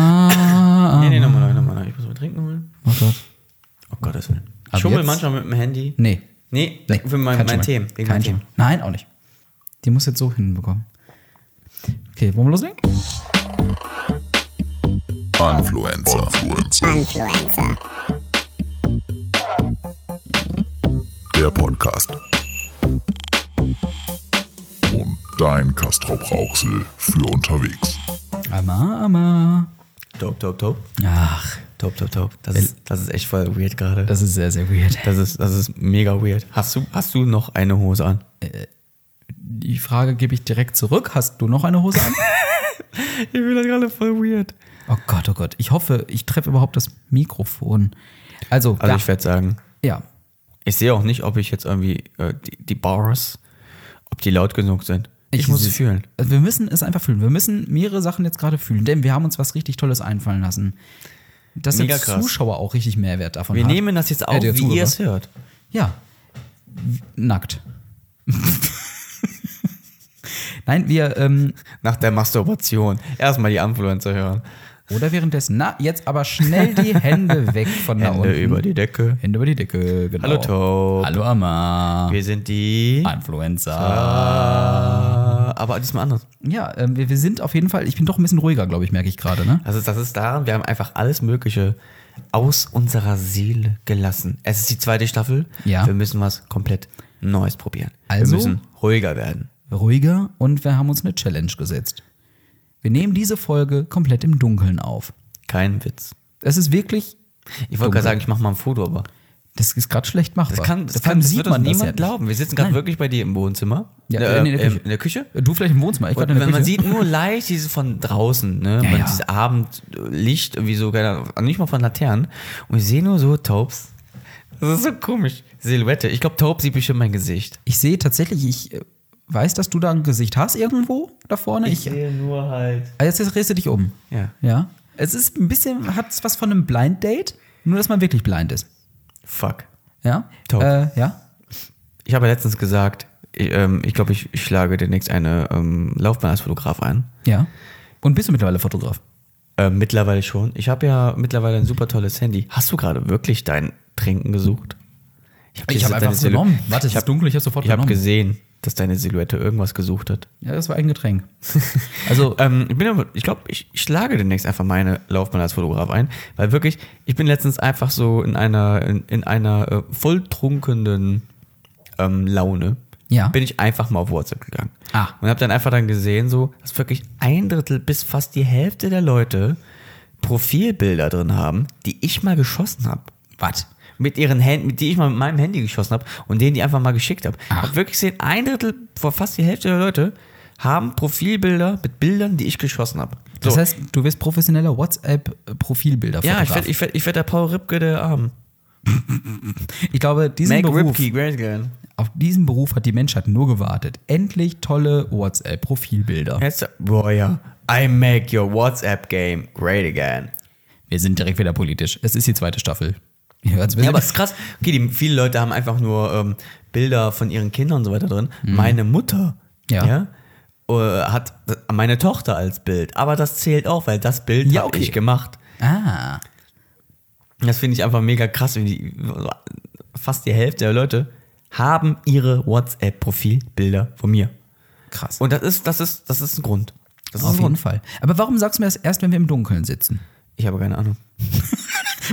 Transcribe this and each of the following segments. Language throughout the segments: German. Amar. Nee, nee, nochmal neu, nochmal neu. Ich muss mal trinken holen. Oh Gott. Oh Gottes Willen. Aber Ich schummel jetzt- manchmal mit dem Handy. Nee. Nee, nee. für mein, kein mein Schummel. Themen. Wegen Kein meinem Themen. Schummel. Nein, auch nicht. Die muss jetzt so hinbekommen. Okay, wollen wir loslegen? Influencer. Der Podcast. Und dein Kastrop Rauxel für unterwegs. Amar, Amar. Top, top, top. Ach, Top, top, top. Das ist, das ist echt voll weird gerade. das ist sehr, sehr weird. Das ist, das ist mega weird. Hast du, hast du noch eine Hose an? Die Frage gebe ich direkt zurück. Hast du noch eine Hose an? Ich bin das gerade voll weird. oh Gott, oh Gott. Ich hoffe, ich treffe überhaupt das Mikrofon. Also, Also ja. ich werde sagen, ja. ich sehe auch nicht, ob ich jetzt irgendwie äh, die, die Bars, ob die laut genug sind. Ich, muss es fühlen. Also wir müssen es einfach fühlen. Wir müssen mehrere Sachen jetzt gerade fühlen, denn wir haben uns was richtig Tolles einfallen lassen. Dass Mega der krass. Zuschauer auch richtig Mehrwert davon Wir hat. nehmen das jetzt auf, der wie Zuhörer. ihr es hört. Ja. W- Nackt. Nein, wir, ähm, Nach der Masturbation. Erstmal die Influencer hören. oder währenddessen, na, jetzt aber schnell die Hände weg von da Hände unten. über die Decke. Hände über die Decke, genau. Hallo, Top. Hallo, Amma. Wir sind die. Influencer. Ah, aber diesmal anders. Ja, ähm, wir, wir sind auf jeden Fall, ich bin doch ein bisschen ruhiger, glaube ich, merke ich gerade, ne? Also, das ist daran, wir haben einfach alles Mögliche aus unserer Seele gelassen. Es ist die zweite Staffel. Ja. Wir müssen was komplett Neues probieren. Also? Wir müssen ruhiger werden. ruhiger und wir haben uns eine Challenge gesetzt. Wir nehmen diese Folge komplett im Dunkeln auf. Kein Witz. Es ist wirklich, Ich wollte gerade sagen, ich mache mal ein Foto, aber das ist gerade schlecht machbar. das kann, das Vor kann allem das sieht wird man man niemand das ja nicht. glauben. Wir sitzen gerade Nein. wirklich bei dir im Wohnzimmer. Ja, Äh, nee, in der ähm, Küche. In der Küche. Du vielleicht im Wohnzimmer, ich Und gerade in der man Küche. sieht nur leicht diese von draußen, ne? Ja, man ja. dieses Abendlicht, irgendwie so, keine Ahnung, nicht mal von Laternen. Und ich sehe nur so Taubs. Das ist so komisch. Silhouette. Ich glaube, Taub sieht bestimmt mein Gesicht. ich sehe tatsächlich, ich äh, weiß, dass du da ein Gesicht hast irgendwo da vorne. Ich, sehe nur halt. Ah, jetzt, jetzt drehst du dich um. Ja. Ja. Es ist ein bisschen, hat es was von einem Blind Date, nur dass man wirklich blind ist. Fuck. Ja. Top. Äh, ja. Ich habe ja letztens gesagt, ich ähm, ich, glaube, ich, ich schlage demnächst eine ähm, Laufbahn als Fotograf ein. Ja. Und bist du mittlerweile Fotograf? Ähm, mittlerweile schon. Ich habe ja mittlerweile ein super tolles Handy. Hast du gerade wirklich dein Trinken gesucht? hab Ich diese- habe deine einfach Silhou- genommen. Warte, es ich ist habe dunkel, ich habe sofort Ich habe genommen. gesehen, dass deine Silhouette irgendwas gesucht hat. Ja, das war ein Getränk. Also, Ähm, ich bin aber- ich glaube, ich, ich schlage demnächst einfach meine Laufbahn als Fotograf ein, weil wirklich, ich bin letztens einfach so in einer, in, in einer äh, volltrunkenen ähm, Laune. Ja. Bin ich einfach mal auf WhatsApp gegangen. Ah. Und habe dann einfach dann gesehen, so, dass wirklich ein Drittel bis fast die Hälfte der Leute Profilbilder drin haben, die ich mal geschossen habe. was? Mit ihren Händen, mit die ich mal mit meinem Handy geschossen habe und denen die einfach mal geschickt habe. Ach. Hab wirklich gesehen, ein Drittel, vor fast die Hälfte der Leute haben Profilbilder mit Bildern, die ich geschossen habe. So. Das heißt, du wirst professioneller WhatsApp-Profilbilder ja, ich werde ich werd, ich werd der Paul Ripke der Arm. ich glaube, diesen Beruf, great again. auf diesen Beruf hat die Menschheit nur gewartet. Endlich tolle WhatsApp-Profilbilder. Jetzt, boah, ja. I make your WhatsApp game great again. Wir sind direkt wieder politisch. Es ist die zweite Staffel. Ihr hört's, wir Ja, aber es sind- ist krass. Okay, die, viele Leute haben einfach nur ähm, Bilder von ihren Kindern und so weiter drin. Meine Mutter Ja. äh, hat meine Tochter als Bild. Aber das zählt auch, weil das Bild Ja, hab okay. ich gemacht. ah, Das finde ich einfach mega krass. wie Die, fast die Hälfte der Leute haben ihre WhatsApp-Profilbilder von mir. krass. Und das ist, das ist, das ist ein Grund. Das ist auf ein jeden Grund. Fall. Aber warum sagst du mir das erst, wenn wir im Dunkeln sitzen? Ich habe keine Ahnung.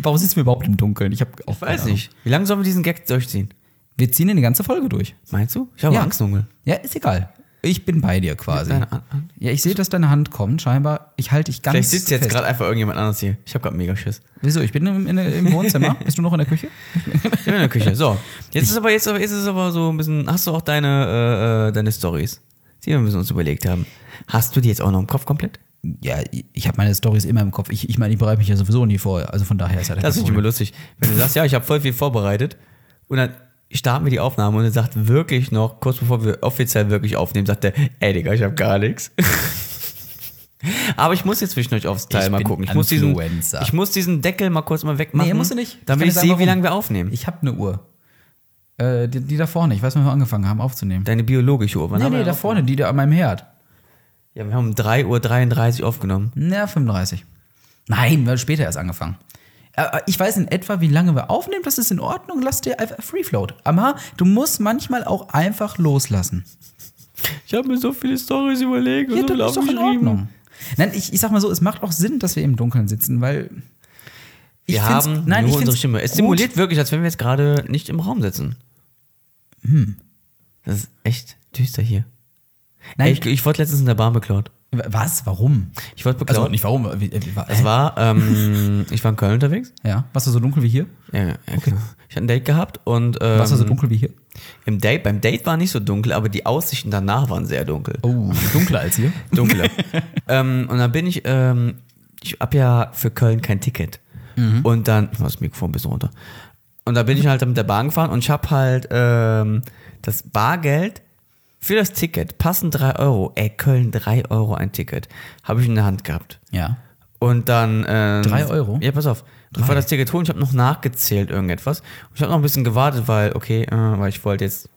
Warum sitzen wir überhaupt im Dunkeln? Ich habe auch keine Ahnung. Wie lange sollen wir diesen Gag durchziehen? Wir ziehen ja die ganze Folge durch. Meinst du? Ich habe Angst, Junge. Ja, ist egal. Ich bin bei dir quasi. Deine Hand- Ja, ich sehe, dass deine Hand kommt. Scheinbar, ich halte dich ganz Vielleicht sitzt jetzt fest. gerade einfach irgendjemand anders hier. Ich habe gerade mega Schiss. Wieso? Ich bin im, in, im Wohnzimmer. Bist du noch in der Küche? Ich bin in der Küche. So, jetzt ist aber jetzt, aber- jetzt ist aber so ein bisschen. Hast du auch deine äh, äh, deine Stories, die wir uns überlegt haben? Hast du die jetzt auch noch im Kopf komplett? Ja, ich habe meine Stories immer im Kopf. Ich, ich meine, ich bereite mich ja sowieso nie vor. Also von daher ist ja Das kein finde ich immer Problem. lustig, wenn du sagst, ja, ich habe voll viel vorbereitet und dann starten wir die Aufnahme und er sagt wirklich noch kurz bevor wir offiziell wirklich aufnehmen, sagt er, ey Digga, ich habe gar nichts. Aber ich muss jetzt zwischen euch aufs Teil Ich mal bin gucken. Ich muss, diesen, Influencer. ich muss diesen Deckel mal kurz mal wegmachen. Nee, musst du nicht. Ich kann um- Damit dir ich sagen, sehe, wie warum. lange wir aufnehmen. Ich habe eine Uhr. Äh, die, die da vorne. Ich weiß nicht, wann wir angefangen haben aufzunehmen. Deine biologische Uhr. wann nee, haben wir nee, da denn vorne, die da an meinem Herd. Ja, wir haben um 3.33 Uhr aufgenommen. Na, 35. Nein, wir haben später erst angefangen. Äh, Ich weiß in etwa, wie lange wir aufnehmen. Das ist in Ordnung. Lass dir einfach Free Float. Aber du musst manchmal auch einfach loslassen. Ich habe mir so viele Stories überlegt und Ja, so viel das ist doch in aufgeschrieben. Ordnung. Nein, ich, ich sag mal so, es macht auch Sinn, dass wir im Dunkeln sitzen, weil. Ich Wir find's- haben nein, ich nur unsere find's Stimme. Es gut. simuliert wirklich, als wenn wir jetzt gerade nicht im Raum sitzen. Hm. Hm. Das ist echt düster hier. Nein. Ey, ich, ich wurde letztens in der Bar beklaut. Was? Warum? Ich wurde Also beklaut. nicht warum. äh, Wie, äh, war, es war, ähm, ich war in Köln unterwegs. ja. Warst du so dunkel wie hier? Ja, ja okay. Ich hatte ein Date gehabt und ähm, Warst du so dunkel wie hier? im Date, beim Date war nicht so dunkel, aber die Aussichten danach waren sehr dunkel. Oh, dunkler als hier. Dunkle. ähm, und dann bin ich, ähm, ich habe ja für Köln kein Ticket. Und dann, oh, das Mikrofon ein bisschen runter. Und da bin ich halt mit der Bahn gefahren und ich habe halt ähm, das Bargeld für das Ticket, passend 3 Euro, ey, Köln 3 Euro ein Ticket, habe ich in der Hand gehabt. Ja. Und dann. Ähm, Drei Euro? Ja, pass auf. Ich war das Ticket holen, ich habe noch nachgezählt irgendetwas. Und ich habe noch ein bisschen gewartet, weil, okay, äh, weil ich wollte jetzt.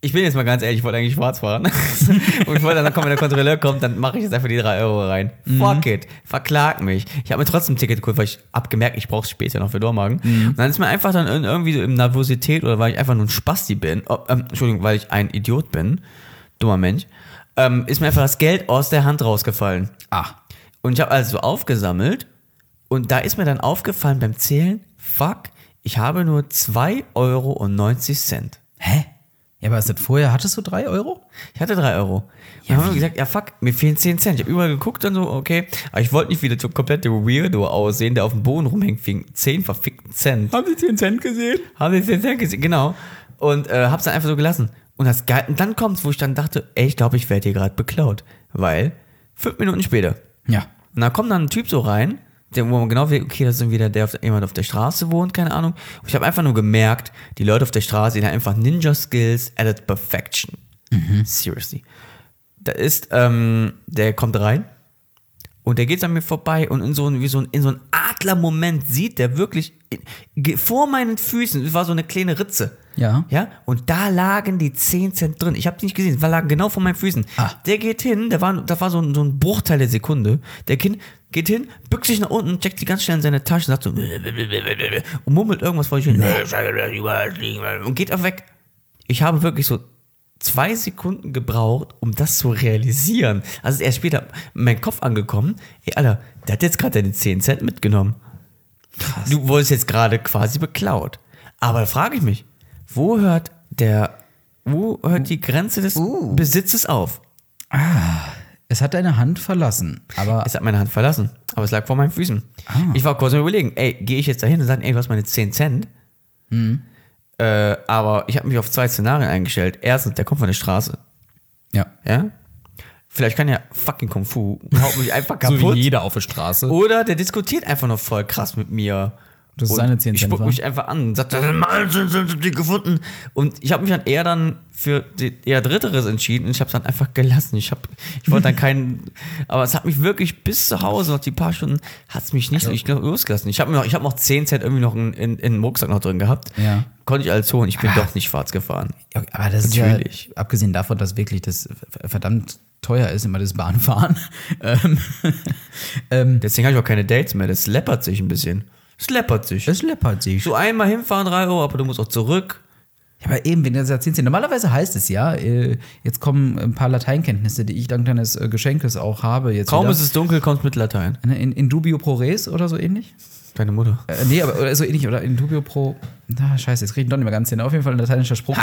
Ich bin jetzt mal ganz ehrlich, ich wollte eigentlich schwarz fahren. und ich wollte dann, komm, wenn der Kontrolleur kommt, dann mache ich jetzt einfach die drei Euro rein. Mhm. Fuck it. Verklag mich. Ich habe mir trotzdem ein Ticket geholt, weil ich hab gemerkt, ich brauche es später noch für Dormagen. Mhm. Und dann ist mir einfach dann in- irgendwie so in Nervosität oder weil ich einfach nur ein Spasti bin, oh, ähm, Entschuldigung, weil ich ein Idiot bin, dummer Mensch, ähm, ist mir einfach das Geld aus der Hand rausgefallen. Ah. Und ich habe also aufgesammelt und da ist mir dann aufgefallen beim Zählen, fuck, ich habe nur 2,90 Euro. Hä? Ja, aber ist das vorher hattest du drei Euro? Ich hatte 3 Euro. Und dann haben wir gesagt, ja fuck, mir fehlen 10 Cent. Ich habe überall geguckt und so, okay. Aber ich wollte nicht wieder so komplett der Weirdo aussehen, der auf dem Boden rumhängt wegen 10 verfickten Cent. Haben Sie 10 Cent gesehen? Haben wir 10 Cent gesehen, genau. Und äh, hab's dann einfach so gelassen. Und, das Geil, und dann kommt's, wo ich dann dachte, ey, ich glaube, ich werde hier gerade beklaut. Weil, fünf Minuten später, Ja. Und da kommt dann ein Typ so rein, der, wo man genau wie, okay, das ist irgendwie der, der auf, jemand auf der Straße wohnt, keine Ahnung. Und ich habe einfach nur gemerkt, die Leute auf der Straße, die haben einfach Ninja-Skills at its perfection. Seriously. Da ist, ähm, der kommt rein und der geht an mir vorbei und in so ein, wie so ein, in so ein Adler-Moment sieht der wirklich in, ge- vor meinen Füßen, es war so eine kleine Ritze. Ja. Ja, und da lagen die 10 Cent drin. Ich habe die nicht gesehen, die lagen genau vor meinen Füßen. Ah. Der geht hin, der war, das war so ein, so ein Bruchteil der Sekunde. Der Kind geht hin, bückt sich nach unten, checkt die ganz schnell in seine Tasche, sagt so und murmelt irgendwas vor sich hin und geht auch weg. Ich habe wirklich so zwei Sekunden gebraucht, um das zu realisieren. Also ist erst später in meinen Kopf angekommen. Ey, Alter, der hat jetzt gerade deine 10 Cent mitgenommen. Du wurdest jetzt gerade quasi beklaut. Aber da frage ich mich, wo hört der, wo hört die Grenze des Besitzes auf? Es hat deine Hand verlassen. Aber Es hat meine Hand verlassen, aber es lag vor meinen Füßen. Ich war kurz am überlegen, ey, gehe ich jetzt dahin und sage, ey, du hast meine 10 Cent? Äh, aber ich habe mich auf zwei Szenarien eingestellt. Erstens, der kommt von der Straße, ja. ja? Vielleicht kann er fucking Kung Fu und haut mich einfach kaputt. jeder auf der Straße. Oder der diskutiert einfach noch voll krass mit mir. Das ist Und seine 10 Ich Cent spuck waren. mich einfach an und sagt, Mann, sind sind die gefunden. Und ich habe mich dann eher dann für die, eher Dritteres entschieden und ich habe es dann einfach gelassen. Ich habe, ich wollte dann keinen, aber es hat mich wirklich bis zu Hause noch die paar Stunden hat es mich nicht Also ich glaub, losgelassen. Ich habe noch, ich habe noch 10 Cent irgendwie noch in, in, in dem Rucksack noch drin gehabt. Ja. Ah. Konnte ich alles holen. Ich bin doch nicht schwarz gefahren. Ja, aber das ist Natürlich. ja, abgesehen davon, dass wirklich das v- verdammt teuer ist, immer das Bahnfahren. Ähm, ähm, Deswegen habe ich auch keine Dates mehr. Das läppert sich ein bisschen. Das läppert sich. das läppert sich. So einmal hinfahren, 3 Euro, aber du musst auch zurück. Ja, aber eben, wenn das Jahrzehnt sind. Normalerweise heißt es ja, äh, jetzt kommen ein paar Lateinkenntnisse, die ich dank deines äh, Geschenkes auch habe. Jetzt Kaum wieder. Ne, ist es dunkel, kommt mit Latein. In, in dubio pro res oder so ähnlich? Deine Mutter. Äh, nee, aber oder so ähnlich. Oder in dubio pro. Na, scheiße, jetzt kriege ich doch nicht mehr ganz hin. Auf jeden Fall ein lateinischer Spruch. Äh,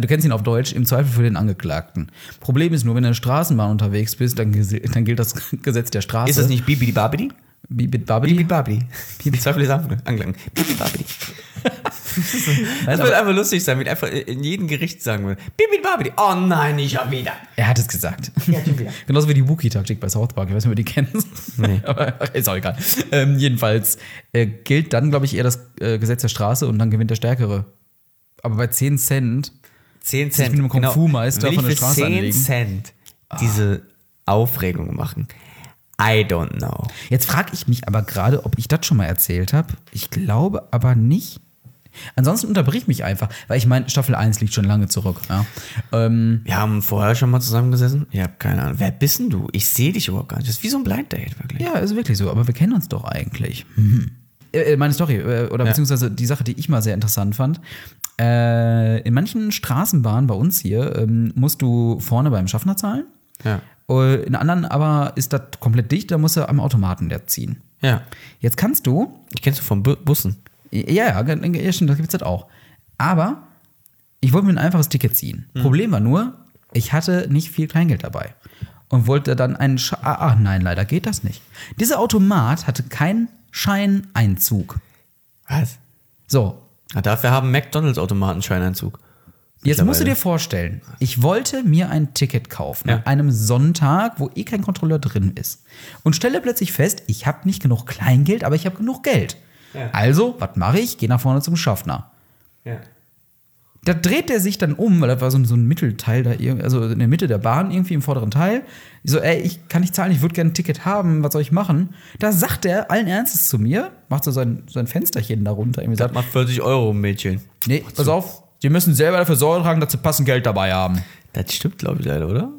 Du kennst ihn auf Deutsch, im Zweifel für den Angeklagten. Problem ist nur, wenn du in der Straßenbahn unterwegs bist, dann, gese- dann gilt das Gesetz der Straße. Ist das nicht Bibidi Babidi? Bibit Babidi? Bibidi Babidi. Zwei viele Sachen angelangt. Bibidi Babidi. Das wird einfach lustig sein, wenn einfach in jedem Gericht sagen würde. Bibidi Babidi. Oh nein, ich hab wieder. Er hat es gesagt. Ja, schon wieder. Genauso wie die Wookie-Taktik bei South Park. Ich weiß nicht, ob du die kennst. Nee. Aber ist auch egal. Ähm, jedenfalls äh, gilt dann, glaube ich, eher das äh, Gesetz der Straße und dann gewinnt der Stärkere. Aber bei 10 Cent, 10 Cent. Genau. mit einem Kung Fu-Meister Will ich von der für Straße 10 anlegen? Ah. Cent diese Aufregung machen. I don't know. jetzt frage ich mich aber gerade, ob ich das schon mal erzählt habe. Ich glaube aber nicht. Ansonsten unterbrich mich einfach, weil ich meine, Staffel 1 liegt schon lange zurück. Ja. Ähm, Wir haben vorher schon mal zusammengesessen. Ich habe keine Ahnung. Wer bist denn du? Ich sehe dich überhaupt gar nicht. Das ist wie so ein Blind Date wirklich. ja, ist wirklich so, aber wir kennen uns doch eigentlich. Hm. Äh, äh, Meine Story, äh, oder beziehungsweise die Sache, die ich mal sehr interessant fand. Äh, in manchen Straßenbahnen bei uns hier ähm, musst du vorne beim Schaffner zahlen. Ja. Äh, In anderen aber ist das komplett dicht, da musst du am Automaten der ziehen. Ja. Jetzt kannst du Ich kennst du von Bu Bussen. Ja, ja, gen- ja stimmt, das gibt es das auch. Aber ich wollte mir ein einfaches Ticket ziehen. Hm. Problem war nur, ich hatte nicht viel Kleingeld dabei. Und wollte dann einen Sch ah, ah, nein, leider geht das nicht. Dieser Automat hatte keinen Scheineinzug. Was? So, Na, dafür haben McDonalds Automaten Scheineinzug. jetzt musst du dir Mittlerweile. vorstellen, ich wollte mir ein Ticket kaufen Ja. an einem Sonntag, wo eh kein Kontrolleur drin ist. Und stelle plötzlich fest, ich habe nicht genug Kleingeld, aber ich habe genug Geld. Also, was mache ich? Gehe nach vorne zum Schaffner. Ja. Da dreht er sich dann um, weil das war so ein, so ein Mittelteil da, irg- also in der Mitte der Bahn, irgendwie im vorderen Teil. So, ey, ich kann nicht zahlen, ich würde gerne ein Ticket haben, was soll ich machen? Da sagt er allen Ernstes zu mir, macht so sein, sein Fensterchen darunter, irgendwie sagt, Macht 40 Euro, Mädchen. nee, pass auf, die müssen selber dafür Sorge tragen, dass sie passend Geld dabei haben. Das stimmt, glaube ich, leider, oder?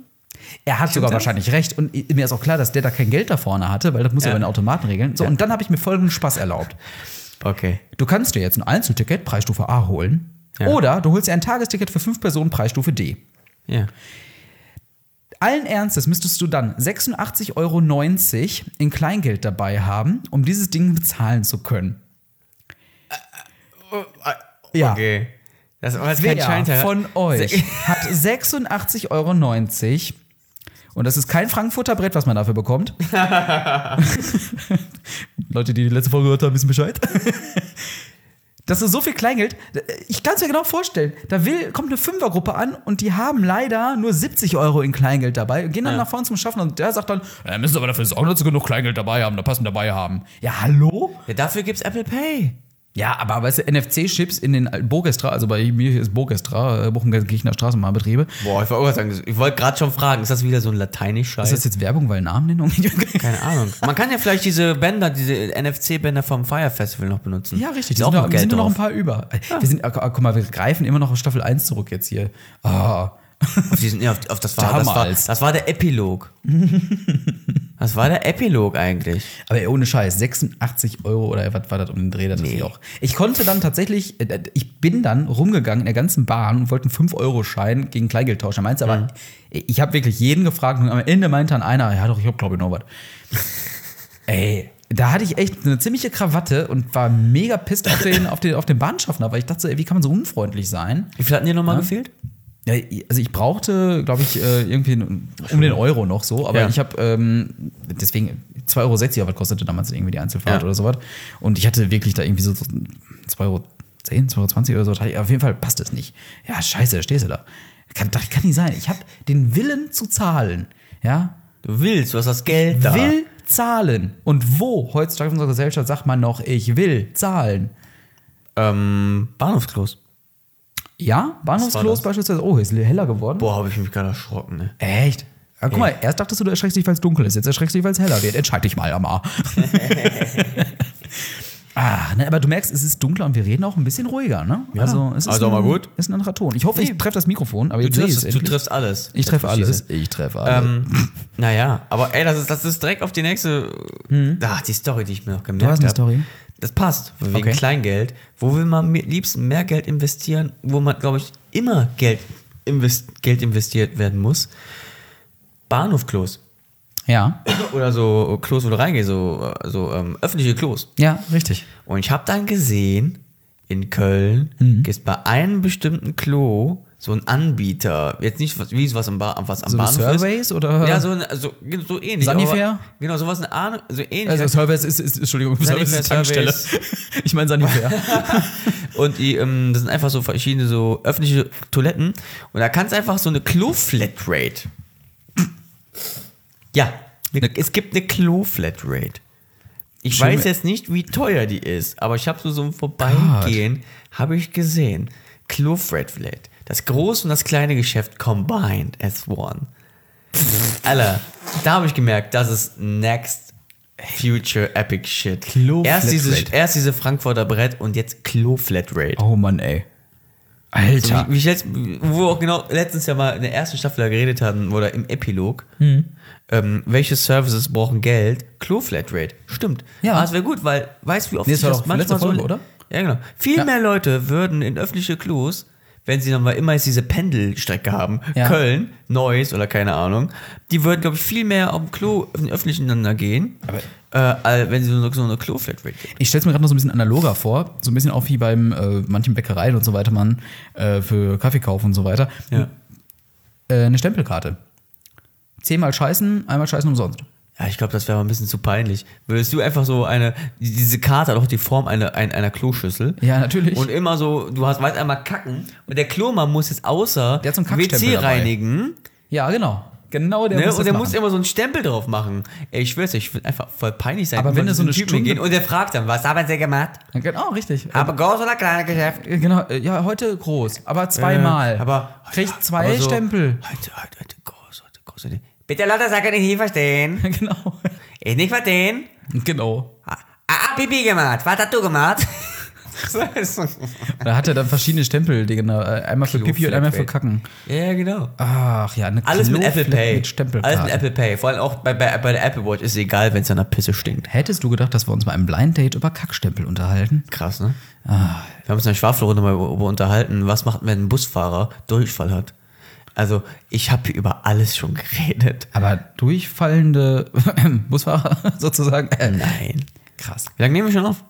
Er hat sogar wahrscheinlich recht und i- mir ist auch klar, dass der da kein Geld da vorne hatte, weil das muss er über den Automaten regeln. So, und dann habe ich mir folgenden Spaß erlaubt. Okay. Du kannst dir jetzt ein Einzelticket, Preisstufe A, holen. Ja. Oder du holst dir ein Tagesticket für fünf Personen, Preisstufe D. Ja. Allen Ernstes müsstest du dann 86,90 Euro in Kleingeld dabei haben, um dieses Ding bezahlen zu können. Äh, Ja. Okay. Das war jetzt kein Wer Scheinteil. von euch hat 86,90 Euro und das ist kein Frankfurter Brett, was man dafür bekommt. Leute, die die letzte Folge gehört haben, wissen Bescheid. Das ist so viel Kleingeld. Ich kann es mir genau vorstellen. Da will, kommt eine Fünfergruppe an und die haben leider nur 70 Euro in Kleingeld dabei und gehen dann nach vorne zum Schaffen und der sagt dann, "Ja, müssen Sie aber dafür sorgen, dass sie genug Kleingeld dabei haben, da passen dabei haben. Ja, hallo? Ja, dafür gibt's Apple Pay. Ja, aber weißt du, NFC-Chips in den Burgestra, also bei mir hier ist Burgestra, äh, Bochum-Kirchner Straßenbahnbetriebe. Boah, ich wollte auch sagen, ich wollte gerade schon fragen, ist das wieder so ein Ist Lateinisch-Scheiß? das jetzt Werbung, weil Um Namennennung? Keine Ahnung. Man kann ja vielleicht diese Bänder, diese NFC-Bänder vom Fire Festival noch benutzen. ja, richtig. Ist Da auch sind, noch noch, Geld sind nur noch drauf. ein paar über. Wir sind, ah, guck mal, wir greifen immer noch auf Staffel 1 zurück jetzt hier. Ah. Auf diesen, ja, auf, auf das, war, das, war, Damals. das war der Epilog. das war der Epilog eigentlich. Aber ey, ohne Scheiß, 86 Euro oder was war das um den Dreh? Das nee. auch. Ich konnte dann tatsächlich, äh, ich bin dann rumgegangen in der ganzen Bahn und wollte einen 5-Euro-Schein gegen Kleingeld tauschen. Meinst du, aber äh, ich habe wirklich jeden gefragt und am Ende meinte dann einer, ja doch, ich hab glaube ich noch was. Ey, da hatte ich echt eine ziemliche Krawatte und war mega pisst auf den, auf den, auf den Bahnschaffner, weil ich dachte, so, ey, wie kann man so unfreundlich sein? Wie viel hatten dir nochmal gefehlt? Ja, also ich brauchte, glaube ich, äh, irgendwie n- um den Euro noch so, aber Ja. ich habe ähm, deswegen 2,60 Euro, oder was kostete damals irgendwie die Einzelfahrt Ja. oder sowas. Und ich hatte wirklich da irgendwie so 2,10 Euro, 2,20 Euro oder so. Hatte ich- Auf jeden Fall passt es nicht. Ja, scheiße, da stehst du da. Kann, das kann nicht sein. Ich habe den Willen zu zahlen. Ja, Du willst, du hast das Geld da. will zahlen. Und wo heutzutage in unserer Gesellschaft sagt man noch, ich will zahlen. Ähm, Bahnhofsklos. Ja, Bahnhofsklos das? beispielsweise. Oh, ist heller geworden. Boah, habe ich mich gerade erschrocken, ne? Echt? Ja, guck mal, erst dachtest du, du erschreckst dich, weil es dunkel ist. Jetzt erschreckst du dich, weil es heller wird. Entscheid dich mal, Amar. ah, ne, aber du merkst, es ist dunkler und wir reden auch ein bisschen ruhiger, ne? Ja, also, es ist also ein, mal gut. Ist ein anderer Ton. Ich hoffe, ich treffe das Mikrofon, aber Du jetzt sehe ich triffst, es. du endlich. triffst alles. Ich treffe Das ist alles. Ich treffe alles. Ähm, naja, aber ey, das ist, das ist direkt auf die nächste. Ach, die Story, die ich mir noch gemerkt habe. Hm. hast eine Story? Das passt, wegen Okay. Kleingeld. Wo will man am liebsten mehr Geld investieren, wo man, glaube ich, immer Geld, invest Geld investiert werden muss? Bahnhofklos. ja. Oder so Klos, wo du reingehst, so, äh, so ähm, öffentliche Klos. Ja, richtig. Und ich habe dann gesehen, in Köln Mhm. gibt bei einem bestimmten Klo so einen Anbieter. Jetzt nicht was, wie es was am, ba was am So wie Bahnhof Surveys ist. oder- Ja, so, ein- so, so ähnlich. Sanifair? aber- Genau, sowas eine Ahnung, so ähnlich. Also Service ist, ist Entschuldigung, Service ist Sanifair, Tankstelle. ich meine Sanitär. Und die, ähm, das sind einfach so verschiedene so öffentliche Toiletten. Und da kannst einfach so eine Klo-Flatrate. Ja, ne, es gibt eine Klo-Flatrate. Ich Schön. weiß jetzt nicht, wie teuer die ist, aber ich habe so so ein Vorbeigehen, habe ich gesehen. Klo-Flatrate. Das große und das kleine Geschäft combined as one. Alter, da habe ich gemerkt, das ist next Future Epic Shit. Klo erst, dieses, Flatrate. erst diese Frankfurter Brett und jetzt Klo Flatrate. Oh Mann, ey. So Alter. Also Wie, wie ich letzt, wo wir auch genau letztens ja mal in der ersten Staffel da geredet hatten, oder im Epilog, Hm. ähm, welche Services brauchen Geld? Klo-Flatrate. Stimmt. Ja. Aber es wäre gut, weil, weißt du, wie oft Nee, sich das war doch letzte Folge, so... oder? Ja, genau. Viel Ja. mehr Leute würden in öffentliche Klos, wenn sie dann mal immer diese Pendelstrecke haben, Ja. Köln, Neuss oder keine Ahnung, die würden, glaube ich, viel mehr auf dem Klo, auf den öffentlichen dann gehen, äh, als wenn sie so so eine Klo-Flatrate geben. Ich stelle es mir gerade noch so ein bisschen analoger vor, so ein bisschen auch wie beim äh, manchen Bäckereien und so weiter, man äh, für Kaffee kaufen und so weiter. Ja. Äh, eine Stempelkarte. Zehnmal scheißen, einmal scheißen umsonst. Ja, ich glaube, das wäre mal ein bisschen zu peinlich. Würdest du einfach so eine, diese Karte hat auch die Form einer, ein- einer Kloschüssel. Ja, natürlich. Und immer so, du hast weißt einmal kacken und der Klomann muss jetzt außer Der hat so einen Kackstempel WC dabei. reinigen ja, genau. Genau der ne? muss und das der machen. muss immer so einen Stempel drauf machen. Ey, ich schwör's, dir, ich würde einfach voll peinlich sein. Aber wenn wenn wir du so eine Typen Stunde- gehen und der fragt dann, was haben sie gemacht? Genau, richtig. Aber groß oder kleines Geschäft? Äh, genau, äh, ja, heute groß, aber zweimal. Äh, aber also- kriegt zwei aber so- Stempel. Heute, heute, heute groß, heute groß. Heute. Bitte Leute, sag nicht hier verstehen. genau. Ich nicht verstehen. genau. Ah, ah, Pipi gemacht. Was hast du gemacht? Da hat er dann verschiedene Stempel, die genau, äh, einmal für Pipi und einmal für Flatrate. Kacken. ja, genau. Ach ja, eine Alles mit Apple Kloflat Pay. Mit Stempelkarte. Alles mit Apple Pay. Vor allem auch bei, bei, bei der Apple Watch ist es egal, wenn es an der Pisse stinkt. Hättest du gedacht, dass wir uns bei einem Blind Date über Kackstempel unterhalten? Krass, ne? Ah. Wir haben uns in der Schwafelrunde mal über, über unterhalten, was macht, wenn ein Busfahrer Durchfall hat. Also, ich habe hier über alles schon geredet. Aber durchfallende Busfahrer sozusagen? Äh, Nein. Krass. Wie lange nehmen wir schon auf?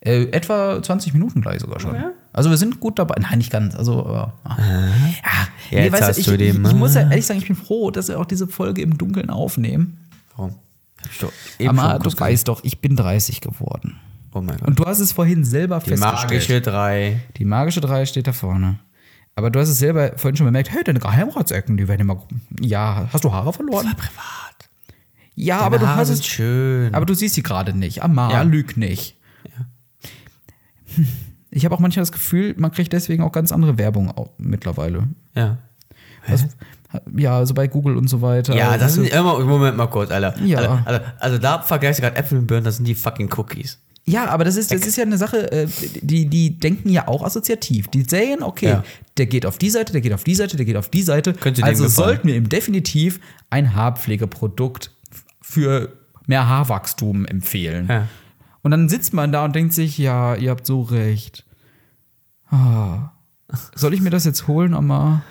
Äh, etwa 20 Minuten gleich sogar schon. Also wir sind gut dabei. Nein, nicht ganz. Also, äh, ah. ja, jetzt hast ich, du den ich, ich muss ja Mann. ehrlich sagen, ich bin froh, dass wir auch diese Folge im Dunkeln aufnehmen. Warum? Hab ich doch eben Aber schon kurz du weißt doch, ich bin 30 geworden. gesagt. Oh mein Gott. Und du hast es vorhin selber Die festgestellt. magische 3. Die magische 3 steht da vorne. Aber du hast es selber vorhin schon bemerkt, hey, deine Geheimratsecken, die werden immer. Ja, hast du Haare verloren? Privat. Ja, aber Deine du Haare hast sind es schön. Aber du siehst sie gerade nicht. Amar, Mhm. Ja. lüg nicht. Ich habe auch manchmal das Gefühl, man kriegt deswegen auch ganz andere Werbung au- mittlerweile. ja. Was, ja, so bei Google und so weiter. Ja, das Also, sind immer. Moment mal kurz, Alter. Ja. Alter, Also, also da vergleichst du gerade Äpfel und Birnen, das sind die fucking Cookies. ja aber das ist, das ist ja eine Sache, äh, die, die denken ja auch assoziativ. Die sehen, okay, Ja. der geht auf die Seite, der geht auf die Seite, der geht auf die Seite. Könnte dem also gefallen. sollten wir ihm definitiv ein Haarpflegeprodukt f- für mehr Haarwachstum empfehlen. Ja. Und dann sitzt man da und denkt sich, ja, ihr habt so recht. Ah. Soll ich mir das jetzt holen, Oma?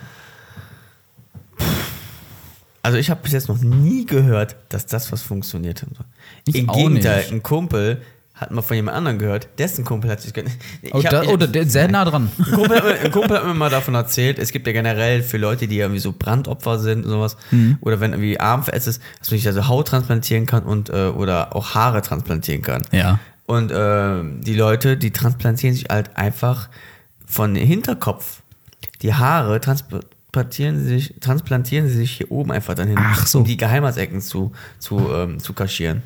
Also ich habe bis jetzt noch nie gehört, dass das was funktioniert hat. Ich Im auch Gegenteil, nicht. ein Kumpel hat mal von jemand anderem gehört, dessen Kumpel hat sich ge- ich Oh, hab- da, ich- oh da, der, sehr nah dran. ein Kumpel, hat mir, ein Kumpel hat mir mal davon erzählt, es gibt ja generell für Leute, die irgendwie so Brandopfer sind und sowas, Mhm. oder wenn irgendwie Arm verätzt ist, dass man sich also Haut transplantieren kann und äh, oder auch Haare transplantieren kann. Ja. Und ähm, die Leute, die transplantieren sich halt einfach von Hinterkopf. Die Haare transplantieren sich, transplantieren sie sich hier oben einfach dann hin, Ach so. um die Geheimratsecken zu, zu, ähm, zu kaschieren.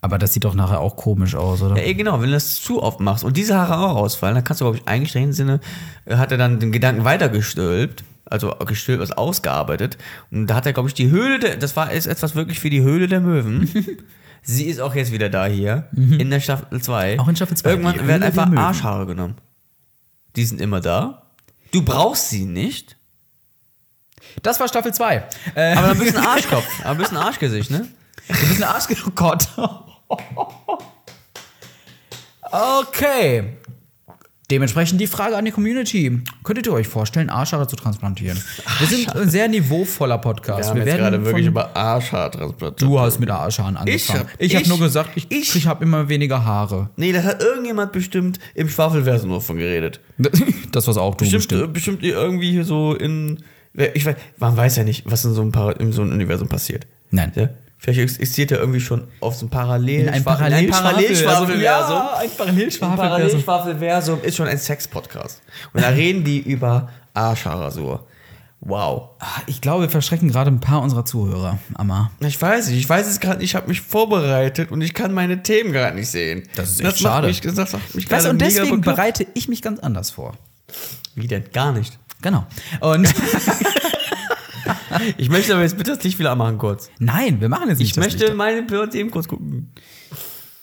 Aber das sieht doch nachher auch komisch aus, oder? Ja, eh, genau, wenn du das zu oft machst und diese Haare auch ausfallen, dann kannst du, glaube ich, eigentlich im Sinne, äh, hat er dann den Gedanken weitergestülpt, also gestülpt, also ausgearbeitet. Und da hat er, glaube ich, die Höhle, der, das war ist etwas wirklich für die Höhle der Möwen. Sie ist auch jetzt wieder da hier, in der Staffel 2. Mhm. Auch in Staffel 2, die Irgendwann Höhle werden der einfach Möwen. Arschhaare genommen. Die sind immer da. Du brauchst sie nicht, Das war Staffel 2. Äh, aber ein bisschen Arschkopf, aber ein bisschen Arschgesicht, ne? Du bist ein Arsch, oh Gott. Okay. Dementsprechend die Frage an die Community. Könntet ihr euch vorstellen, Arschhaare zu transplantieren? Wir sind ein sehr niveauvoller Podcast. Wir, werden von- über Arschhaar transplantiert. Du hast mit Arschhaaren angefangen. hab- Ich habe ich- hab nur gesagt, ich, ich- ich, habe immer weniger Haare. Nee, das hat irgendjemand bestimmt im Schwafelversum noch von geredet. Das was auch du Bestimmt, bestimmt. äh, bestimmt ihr irgendwie hier so in. wer- Ich weiß, man weiß ja nicht, was in so einem, Para in so einem Universum passiert. Nein. Ja? Vielleicht existiert er irgendwie schon auf so einem Parallel In einem Schwa- Parallel- Parallelschwafelversum. Ja, ein Ein Parallelschwafelversum. Parallelschwafelversum ist schon ein Sex-Podcast. Und da reden die über Arschhaarrasur. Wow. Ich glaube, wir verschrecken gerade ein paar unserer Zuhörer, Amma. Ich weiß nicht, ich weiß es gerade nicht, ich habe mich vorbereitet und ich kann meine Themen gerade nicht sehen. Das ist echt macht schade. Mich, das macht mich Weißt gerade du, und mega deswegen bekloppt. bereite ich mich ganz anders vor. Wie denn? Gar nicht. Genau. Und Ich möchte aber jetzt bitte das Licht wieder anmachen kurz. nein, wir machen jetzt nicht Ich das möchte Licht. meine Bird eben kurz gucken.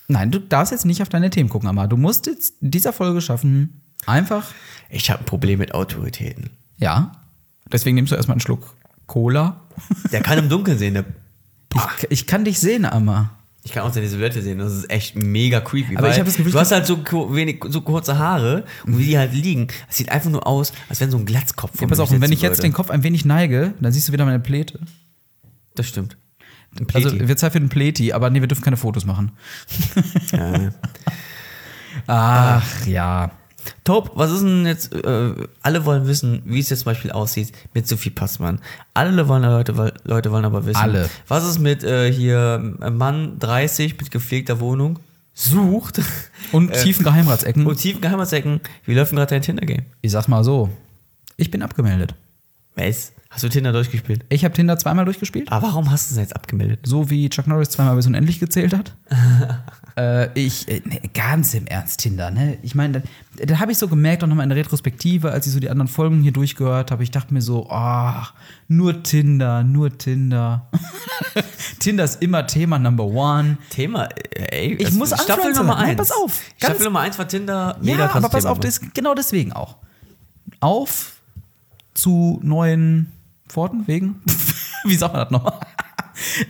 Nein, du darfst jetzt nicht auf deine Themen gucken, Amar. Du musst jetzt in dieser Folge schaffen, einfach, Ich habe ein Problem mit Autoritäten. ja. Deswegen nimmst du erstmal einen Schluck Cola. Der kann im Dunkeln sehen. Der, Ah. Ich, ich kann dich sehen, Amar. ich kann auch seine Silhouette sehen. Das ist echt mega creepy. Aber weil ich hab das Gefühl, du hast halt so, ku- wenig, so kurze Haare und wie die halt liegen. Es sieht einfach nur aus, als wenn so ein Glatzkopf Ja, von pass mir auf, und wenn sitzen ich jetzt würde. den Kopf ein wenig neige, dann siehst du wieder meine Pläte. Das stimmt. Ein Also, Pleti. wird Zeit für den Pleti, aber nee, wir dürfen keine Fotos machen. Ja. Ach, ja. Taub, was ist denn jetzt? Äh, alle wollen wissen, wie es jetzt zum Beispiel aussieht mit Sophie Passmann. Alle wollen, Leute, woll- Leute wollen aber wissen. Alle. Was ist mit äh, hier äh, Mann 30 mit gepflegter Wohnung? Sucht. Und Äh, tiefen Geheimratsecken. Und tiefen Geheimratsecken. Wie läuft denn gerade dein Tinder-Game? Ich sag's mal so. Ich bin abgemeldet. Was? Hast du Tinder durchgespielt? Ich habe Tinder zweimal durchgespielt. Aber warum hast du es jetzt abgemeldet? So wie Chuck Norris zweimal bis unendlich gezählt hat. äh, ich, äh, nee, ganz im Ernst, Tinder, ne? Ich meine, da, da habe ich so gemerkt, auch nochmal in der Retrospektive, als ich so die anderen Folgen hier durchgehört habe, ich dachte mir so, ach, nur Tinder, nur Tinder. Tinder ist immer Thema Number One. Thema, äh, ey. Ich das- muss Staffel Influencer Nummer sein. 1. Nein, pass auf. Ganz- Staffel Nummer 1 war Tinder. ja, krasses aber pass Thema. auf, das, genau deswegen auch. Auf zu neuen Pforten, wegen. Wie sagt man das nochmal?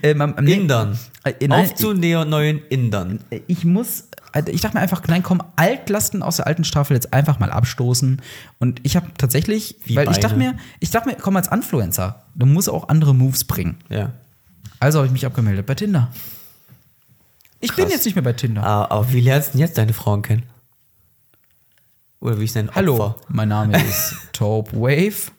ähm, am- am- nee. Indern. Äh, nein, auf zu neo- neuen Indern. ich muss, also ich dachte mir einfach, nein, komm, Altlasten aus der alten Staffel jetzt einfach mal abstoßen. Und ich habe tatsächlich, Wie weil ich dachte Beine. mir, ich dachte mir, komm als Influencer, du musst auch andere Moves bringen. Ja. Also habe ich mich abgemeldet bei Tinder. Ich bin Krass. Ah, jetzt nicht mehr bei Tinder. Aber, aber wie lernst du denn jetzt deine Frauen kennen? Oder wie ist dein Hallo, Opfer? mein Name ist Taupe Wave.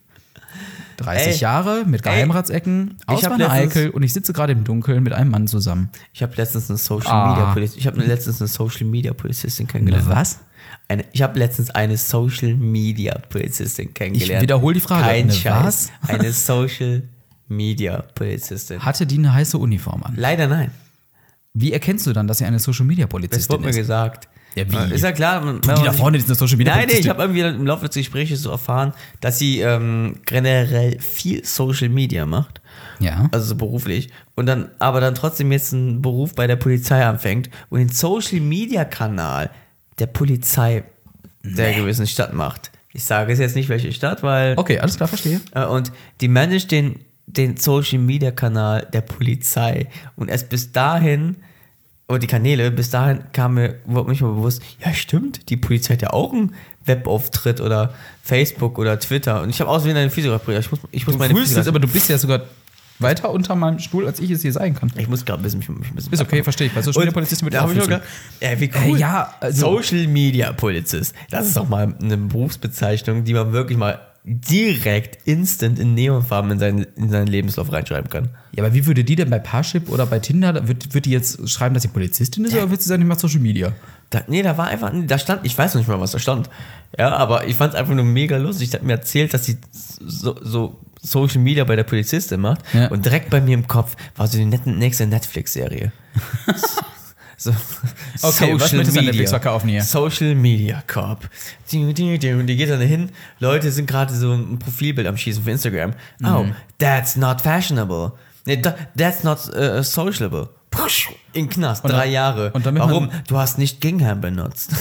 30 Ey. Jahre mit Geheimratsecken, hab aus meiner letztens- Eikel und ich sitze gerade im Dunkeln mit einem Mann zusammen. Ich habe letztens eine Social Ah. Media Polizistin. Ich habe letztens eine Social Media Polizistin kennengelernt. was? Eine, ich habe letztens eine Social Media Polizistin kennengelernt. wiederhole die Frage. Kein Eine Scheiß. was? Eine Social Media Polizistin. Hatte die eine heiße Uniform an? Leider nein. Wie erkennst du dann, dass sie eine Social Media Das Polizistin wurde mir ist? gesagt. Ja, wie? Ist ja klar. wenn- wenn die man da sich- vorne, die sind eine Social Media Nein, nee, ich Polizistin. habe irgendwie im Laufe des Gesprächs so erfahren, dass sie ähm, generell viel Social Media macht. Ja. Also so beruflich. Und dann, aber dann trotzdem jetzt einen Beruf bei der Polizei anfängt und den Social Media Kanal der Polizei der gewissen Stadt macht. Ich sage es jetzt nicht, welche Stadt, weil. Okay, alles klar, verstehe. Äh, und die managt den, den Social Media Kanal der Polizei. Und erst bis dahin, oder die Kanäle, bis dahin kam mir überhaupt nicht mal bewusst, ja stimmt, die Polizei hat ja auch einen Webauftritt oder Facebook oder Twitter. Und ich habe auswählen eine Physiotherapie. Ich muss, ich muss meine Frühestens, Physiotherapie. aber du bist ja sogar weiter unter meinem Stuhl, als ich es hier sein kann. Ich muss gerade ein bisschen, mich, mich ein bisschen Ist okay, verstehe ich. Weil Social Media Polizistin wird da hab ich auch auch gedacht, ey, wie cool. Äh, ja, also- Social Media Polizist. Das ist doch mal eine Berufsbezeichnung, die man wirklich mal direkt instant in Neonfarben in seinen, in seinen Lebenslauf reinschreiben kann. Ja, aber wie würde die denn bei Parship oder bei Tinder, wird, wird die jetzt schreiben, dass sie Polizistin ist oder wird sie sagen, die macht Social Media? Da, nee, da war einfach, nee, da stand, ich weiß noch nicht mal, was da stand. Ja, aber ich fand es einfach nur mega lustig. Ich hat mir erzählt, dass sie so, so Social Media bei der Polizistin macht. Ja. Und direkt bei mir im Kopf war so die nette, nächste Netflix-Serie. so, Okay, was möchtest du an Netflix verkaufen hier? Social Media Corp. Du, du, du. Und die geht dann hin. Leute sind gerade so ein Profilbild am Schießen für Instagram. Mhm. Oh, that's not fashionable. Nee, da- that's not äh, sociable. Pusch, In den Knast, da- drei Jahre. und damit Warum? man- Du hast nicht Gingham benutzt.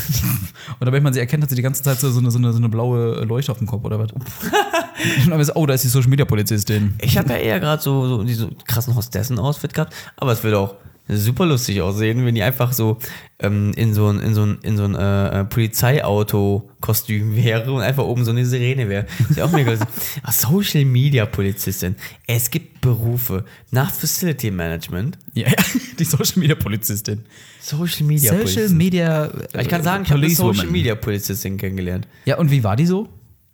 Und damit man sie erkennt, hat sie die ganze Zeit so, so, eine, so, eine, so eine blaue Leuchte auf dem Kopf oder was? Und dann ist, oh, da ist die Social Media Polizistin. Ich habe ja eher gerade so, so diesen krassen Hostessen-Outfit gehabt, aber es würde auch super lustig aussehen, wenn die einfach so ähm, in so ein, in so ein, in so ein äh, äh, Polizeiauto-Kostüm wäre und einfach oben so eine Sirene wäre. Das wär auch mega lustig. Ah, Social Media Polizistin. Es gibt Berufe nach Facility Management. Ja, ja, die Social Media Polizistin. Social Media äh, Social Polizistin. Media. Ich kann sagen, ich habe eine Social Media Polizistin kennengelernt. Ja, und wie war die so?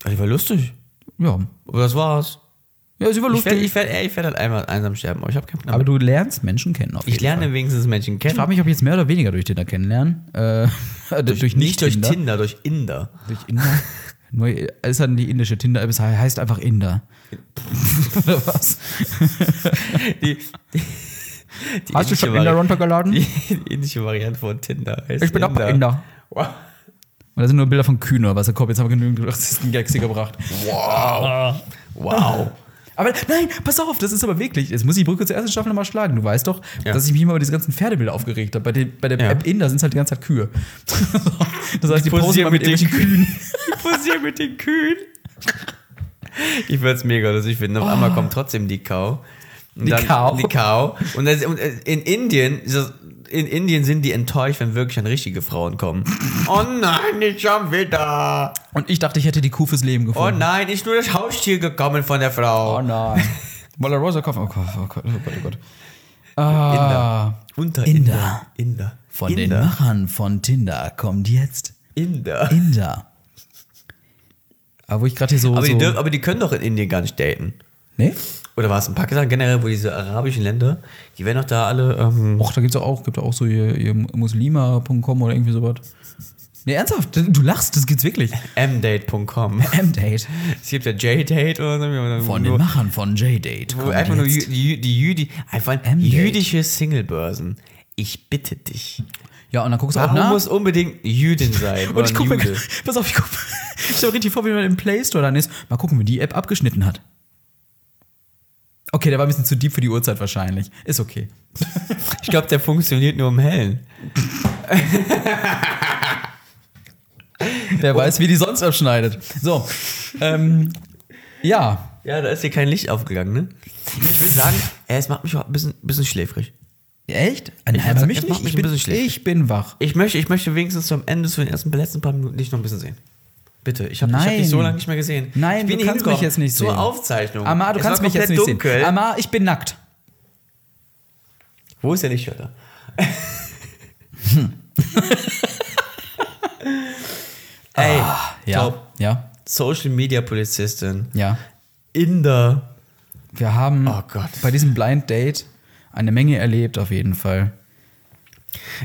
Ah, Die war lustig. Ja. Aber das war's. Ja, sie war Ich werde lustig. ich werd, ey, ich werd halt einmal einsam sterben, aber ich habe keinen Plan. aber du lernst Menschen kennen auf jeden ich lerne Fall. wenigstens Menschen kennen. Ich frage mich, ob ich jetzt mehr oder weniger durch Tinder kennenlernen. Äh, durch, durch nicht durch Nicht-Tinder. Tinder, durch Inder. Durch Inder. Nur ist dann die indische Tinder-App, es heißt einfach Inder. Oder was? Die, die, die Hast du indische schon Inder Vari- runtergeladen? Die, die indische Variante von Tinder heißt Ich bin auch bei Inder. Wow. Und da sind nur Bilder von Kühner, was er kommt. Jetzt haben wir genügend Rassisten-Gags hier gebracht. Wow. wow. Aber nein, pass auf, das ist aber wirklich. Jetzt muss ich die Brücke zur ersten Staffel nochmal schlagen. Du weißt doch, Ja. dass ich mich immer über diese ganzen Pferdebilder aufgeregt habe. Bei, den- bei der Ja. App Inder sind es halt die ganze Zeit Kühe. das heißt, die, posten posieren mal mit mit den irgendwelchen Kühen. Ich posiere mit den Kühen. Ich find's mega lustig finden. Auf Oh. einmal kommt trotzdem die Kau. Und Die dann- Kau. Die Kau. Und, das, und äh, in Indien, ist das, in Indien sind die enttäuscht, wenn wirklich dann richtige Frauen kommen. Oh nein, nicht schon wieder. Und ich dachte, ich hätte die Kuh fürs Leben Oh gefunden. nein, ist nur das Haustier gekommen von der Frau. nein. Rosa Kopf. Oh Gott, oh Gott, oh Gott, oh Gott. Ah, Unter Inder. Inder. Inder. von den Inder. Machern von Tinder kommt jetzt Inder. Inder. Aber wo ich gerade hier so. Aber, so die dürfen, aber die können doch in Indien gar nicht daten. nee? Oder war es in Pakistan generell, wo diese arabischen Länder, die werden doch da alle. Ähm, Och, da gibt's doch auch, gibt doch auch so hier, hier muslima.com oder irgendwie sowas. Nee, ernsthaft, du lachst, das gibt's wirklich. mdate.com. M-Date. Es gibt ja J-Date oder so. oder Von nur, den Machern von J-Date. wo kommt einfach nur jü, jetzt- die, Jü- die Jüdi, einfach M-Date. jüdische Singlebörsen. Ich bitte dich. Ja, und dann guckst du auch Warum nach. muss unbedingt Jüdin sein? Und ich oder gucke mir, Jude? pass auf, ich gucke, ich habe richtig vor, wie man im Play Store dann ist. Mal gucken, wie die App abgeschnitten hat. Okay, der war ein bisschen zu deep für die Uhrzeit wahrscheinlich. Ist okay. Ich glaube, der funktioniert nur im Hellen. Oh. Wer weiß, wie die sonst abschneidet. So, ähm, ja, Ja, da ist hier kein Licht aufgegangen, ne? Ich würde sagen, äh, es macht mich auch ein bisschen, bisschen schläfrig. echt? Nein, würd aber sagen, mich das nicht. macht Ich mich bin, ein bisschen schlecht. ich bin wach. Ich möchte, ich möchte wenigstens zum Ende zu den ersten letzten paar Minuten dich noch ein bisschen sehen. Bitte, ich habe hab Nein. dich so lange nicht mehr gesehen. Nein, ich bin du hier kannst mich hingekommen jetzt nicht zur sehen. Aufzeichnung. Amar, du Oh. Es kannst war mich jetzt nicht komplett dunkel. sehen. Amar, ich bin nackt. Wo ist der Lichtschalter? Ey, Ja, top. ja, Social Media Polizistin. ja. Inder. Wir haben Oh Gott. bei diesem Blind Date eine Menge erlebt, auf jeden Fall.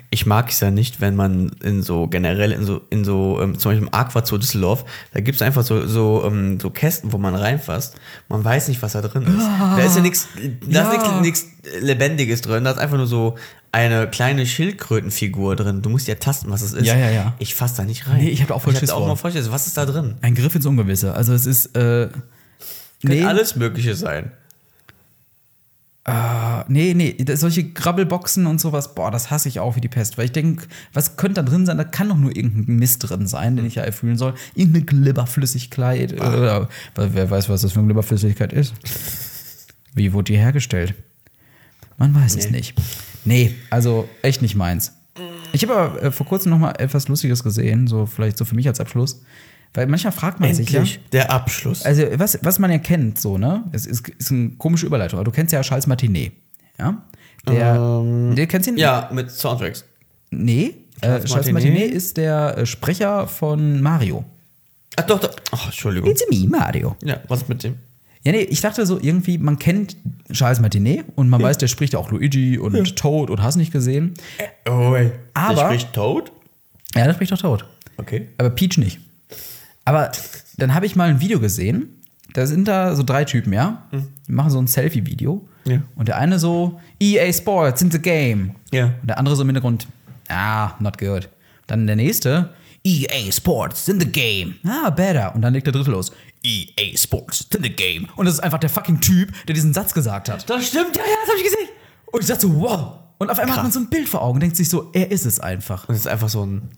Ich mag es ja nicht, wenn man in so generell in so, in so ähm, zum Beispiel im Aqua zu Düsseldorf, da gibt es einfach so, so, ähm, so Kästen, wo man reinfasst. Man weiß nicht, was da drin ist. Da ist ja nichts da Ja. ist nichts Lebendiges drin. Da ist einfach nur so eine kleine Schildkrötenfigur drin. Du musst ja tasten, was es ist. Ja, ja, ja. Ich fass da nicht rein. Nee, ich hab da auch voll ich hab Schiss da auch vor. mal voll Schiss. Was ist da drin? Ein Griff ins Ungewisse. Also es ist, äh, Kann nee, alles Mögliche sein. nee, nee, das- solche Grabbelboxen und sowas, boah, das hasse ich auch wie die Pest, weil ich denke, was könnte da drin sein? Da kann doch nur irgendein Mist drin sein, den ich ja erfüllen soll. Irgendeine Glibberflüssigkeit oder weil wer weiß, was das für eine Glibberflüssigkeit ist. Wie wurde die hergestellt? Man weiß es nicht. Nee, also echt nicht meins. Ich habe aber äh, vor kurzem noch mal etwas Lustiges gesehen, so vielleicht so für mich als Abschluss, weil manchmal fragt man sich ja, Der Abschluss. Also, was, was man ja kennt, so, ne? Es ist, ist eine komische Überleitung, aber du kennst ja Charles Martinet. Ja? Der. der kennst ihn? Ähm, ja, mit Soundtracks. Nee. Charles, äh, Charles Charles Martinet. Martinet ist der äh, Sprecher von Mario. Ach doch, doch. Ach, Entschuldigung. It's me, Mario. Ja, was mit dem? Ja, nee, ich dachte so irgendwie, man kennt Charles Martinet und man weiß, der spricht ja auch Luigi und Toad und hast nicht gesehen. Oh, ey. Aber- Der spricht Toad? Ja, der spricht doch Toad. Okay. Aber Peach nicht. Aber dann habe ich mal ein Video gesehen. Da sind da so drei Typen, ja? Die machen so ein Selfie-Video. Mhm. Ja. Und der eine so, EA Sports in the game. Ja. Und der andere so im Hintergrund, ah, not good. Dann der nächste, EA Sports in the game. Ah, better. Und dann legt der dritte los, EA Sports in the game. Und das ist einfach der fucking Typ, der diesen Satz gesagt hat. Das stimmt, ja, ja, das habe ich gesehen. Und ich dachte so, wow. Und auf einmal hat Krass. man so ein Bild vor Augen und denkt sich so, er ist es einfach. Das ist einfach so ein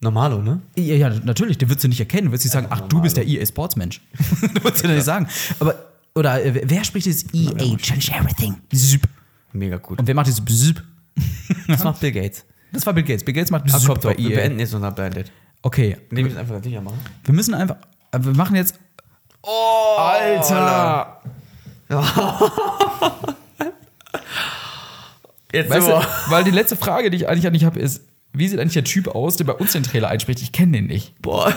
Normalo, ne? Ja, ja, natürlich, den würdest du nicht erkennen. Du würdest nicht sagen, ach, du bist der E EA Sports Mensch. du würdest ja nicht sagen. Aber, oder äh, wer spricht dieses EA Change Everything? Zip. Mega gut. Und wer macht dieses Zip? das macht Bill Gates. Das war Bill Gates. Bill Gates macht Zip Ach, Ah, kommt bei doch, wir EA. beenden jetzt unser Blind Date. Okay, Nee, wir müssen einfach sicher machen. wir müssen einfach, äh, wir machen jetzt. Oh, Alter! Jetzt Weißt so. du, weil die letzte Frage, die ich eigentlich an dich habe, ist, wie sieht eigentlich der Typ aus, der bei uns den Trailer einspricht? Ich kenne den nicht. Boah.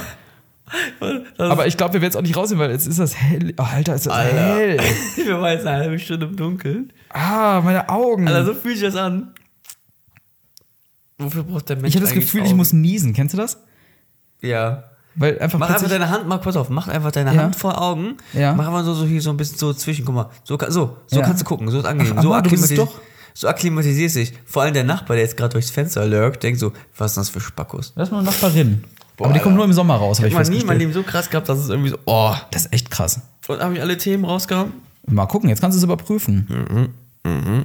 Das Aber ich glaube, wir werden es auch nicht rausnehmen, weil jetzt ist das hell. Oh, Alter, ist das Alter. hell. wir waren jetzt eine halbe Stunde im Dunkeln. Ah, meine Augen. Alter, so fühlt sich das an. Wofür braucht der Mensch ich habe das eigentlich Gefühl, ich Augen? muss niesen. Kennst du das? Ja. Weil einfach Mach einfach plötzlich- deine Hand, mach kurz auf, mach einfach deine Ja. Hand vor Augen. Ja. Mach einfach so, so hier so ein bisschen so zwischen, guck mal. So, ka- so, so Ja. kannst du gucken, so ist angenehm. Ach, so, Amma, du bist es akklimatis- doch. so akklimatisierst dich. Vor allem der Nachbar, der jetzt gerade durchs Fenster lurkt, denkt so, was ist das für Spackos? Das ist meine Nachbarin. Boah, Aber die kommt Alter. nur im Sommer raus, habe Ich ich hab mal nie in meinem festgestellt. Leben so krass gehabt, dass es irgendwie so, oh. Das ist echt krass. Und habe ich alle Themen rausgehauen? Mal gucken, jetzt kannst du es überprüfen. Mhm,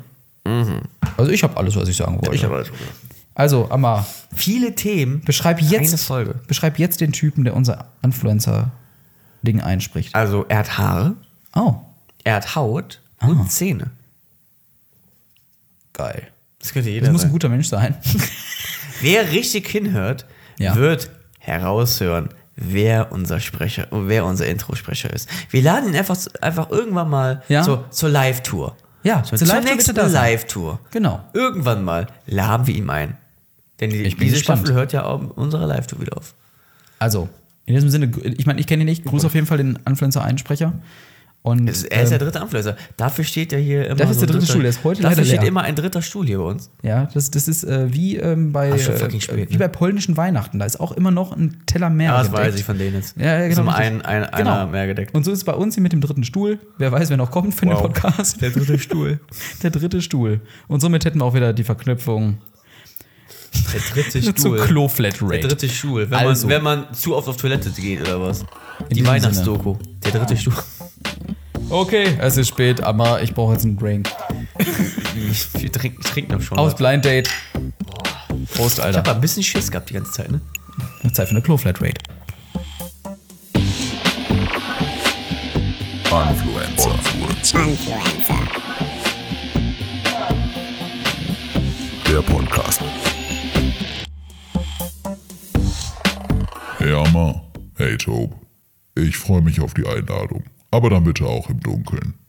Also ich habe alles, was ich sagen wollte. habe alles probiert. also, Amar, Viele Themen. beschreib Eine jetzt, Folge. beschreib jetzt den Typen, der unser Influencer-Ding einspricht. Also er hat Haare, Oh, er hat Haut Ah. und Zähne. geil. Das könnte jeder Das muss ein sein. guter Mensch sein. Wer richtig hinhört, Ja. wird heraushören, wer unser Sprecher, wer unser Introsprecher ist. Wir laden ihn einfach, einfach irgendwann mal Ja. zur, zur Live-Tour. Ja, zur, zur Live-Tour nächsten bitte da sein. Live-Tour. genau. Irgendwann mal laden wir ihn ein. Denn die, Ich bin diese gespannt. Staffel hört ja auch mit unserer Live-Tour wieder auf. Also, in diesem Sinne, ich meine, ich kenne ihn nicht. Grüße auf jeden Fall den Influencer-Einsprecher. Und Es- Oh. Er ist ähm, der dritte Anflößer. Dafür steht ja hier immer. Dafür ist so ein der dritte dritter- Stuhl, der ist heute Dafür leider steht leer. immer ein dritter Stuhl hier bei uns. Ja, das, das ist äh, wie ähm, bei Ach, schon äh, fucking spät, wie ne? bei polnischen Weihnachten. Da ist auch immer noch ein Teller mehr. Ja, Ah, das gedeckt. weiß ich von denen jetzt. Ja, ja, Ist genau. immer richtig. ein, ein, einer mehr gedeckt. Und so ist es bei uns hier mit dem dritten Stuhl. Wer weiß, wer noch kommt für Wow. den Podcast. Der dritte Stuhl. Der dritte Stuhl. Und somit hätten wir auch wieder die Verknüpfung Der dritte zur Stuhl. Klo-Flatrate. Der dritte Stuhl, wenn, Also. man, wenn man zu oft auf Toilette geht oder was. Die diesem Weihnachtsdoku. Der dritte Stuhl. Okay, es ist spät, aber ich brauche jetzt einen Drink. Wir trinken, trinken noch schon. Aus was. Blind Date. Prost, Ich hab Alter. mal ein bisschen Schiss gehabt die ganze Zeit, ne? Zeit für eine Klo-Flatrate. Influencer. Der Podcast. Hey Amma, hey Tob. Ich freue mich auf die Einladung, aber dann bitte auch im Dunkeln.